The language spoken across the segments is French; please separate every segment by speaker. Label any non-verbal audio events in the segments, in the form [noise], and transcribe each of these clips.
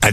Speaker 1: À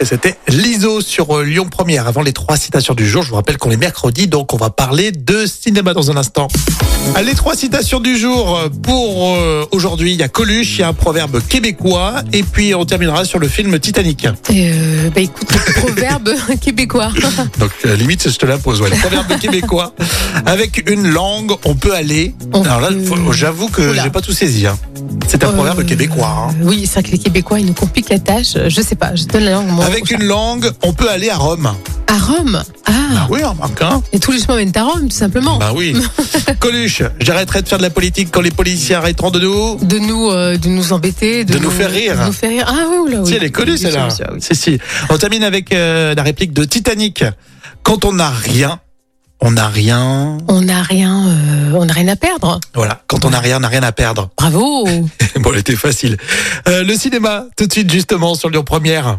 Speaker 2: Et C'était l'ISO sur euh, Lyon Première. Avant les trois citations du jour, je vous rappelle qu'on est mercredi, donc on va parler de cinéma dans un instant. Ah, Les trois citations du jour euh, pour euh, aujourd'hui, il y a Coluche, il y a un proverbe québécois, et puis on terminera sur le film Titanic.
Speaker 3: Euh, bah écoute, proverbe [laughs] québécois.
Speaker 2: Donc euh, limite, je te l'impose. Ouais. Le
Speaker 3: [laughs]
Speaker 2: proverbe québécois. Avec une langue, on peut aller.
Speaker 3: On
Speaker 2: Alors là,
Speaker 3: peut-
Speaker 2: faut- j'avoue que
Speaker 3: Oula.
Speaker 2: j'ai pas tout saisi. hein. C'est un
Speaker 3: Euh,
Speaker 2: proverbe québécois. hein.
Speaker 3: Oui, c'est vrai que les Québécois, ils nous compliquent la tâche. Euh, Je sais pas, je donne la langue. au moment
Speaker 2: Avec
Speaker 3: où-
Speaker 2: une langue, on peut aller à Rome.
Speaker 3: À Rome. Ah,
Speaker 2: Ah oui, remarque. Hein.
Speaker 3: et tous les chemins mènent à Rome, tout simplement.
Speaker 2: Bah oui. [laughs] Coluche, j'arrêterai de faire de la politique quand les policiers arrêteront de nous.
Speaker 3: De nous, euh, de nous embêter, de,
Speaker 2: De nous faire rire.
Speaker 3: de nous faire rire. Ah oui, oula, oui.
Speaker 2: Si, elle est connue
Speaker 3: Oui,
Speaker 2: celle-là.
Speaker 3: oui, oui.
Speaker 2: Si, si. On termine avec euh, la réplique de Titanic. Quand on n'a rien, on n'a rien.
Speaker 3: On n'a rien, euh, on n'a rien à perdre.
Speaker 2: Voilà. Quand on n'a rien, on n'a rien à perdre. [laughs]
Speaker 3: Bravo.
Speaker 2: bon, elle était facile. Euh, le cinéma, tout de suite, justement, sur Lyon Première.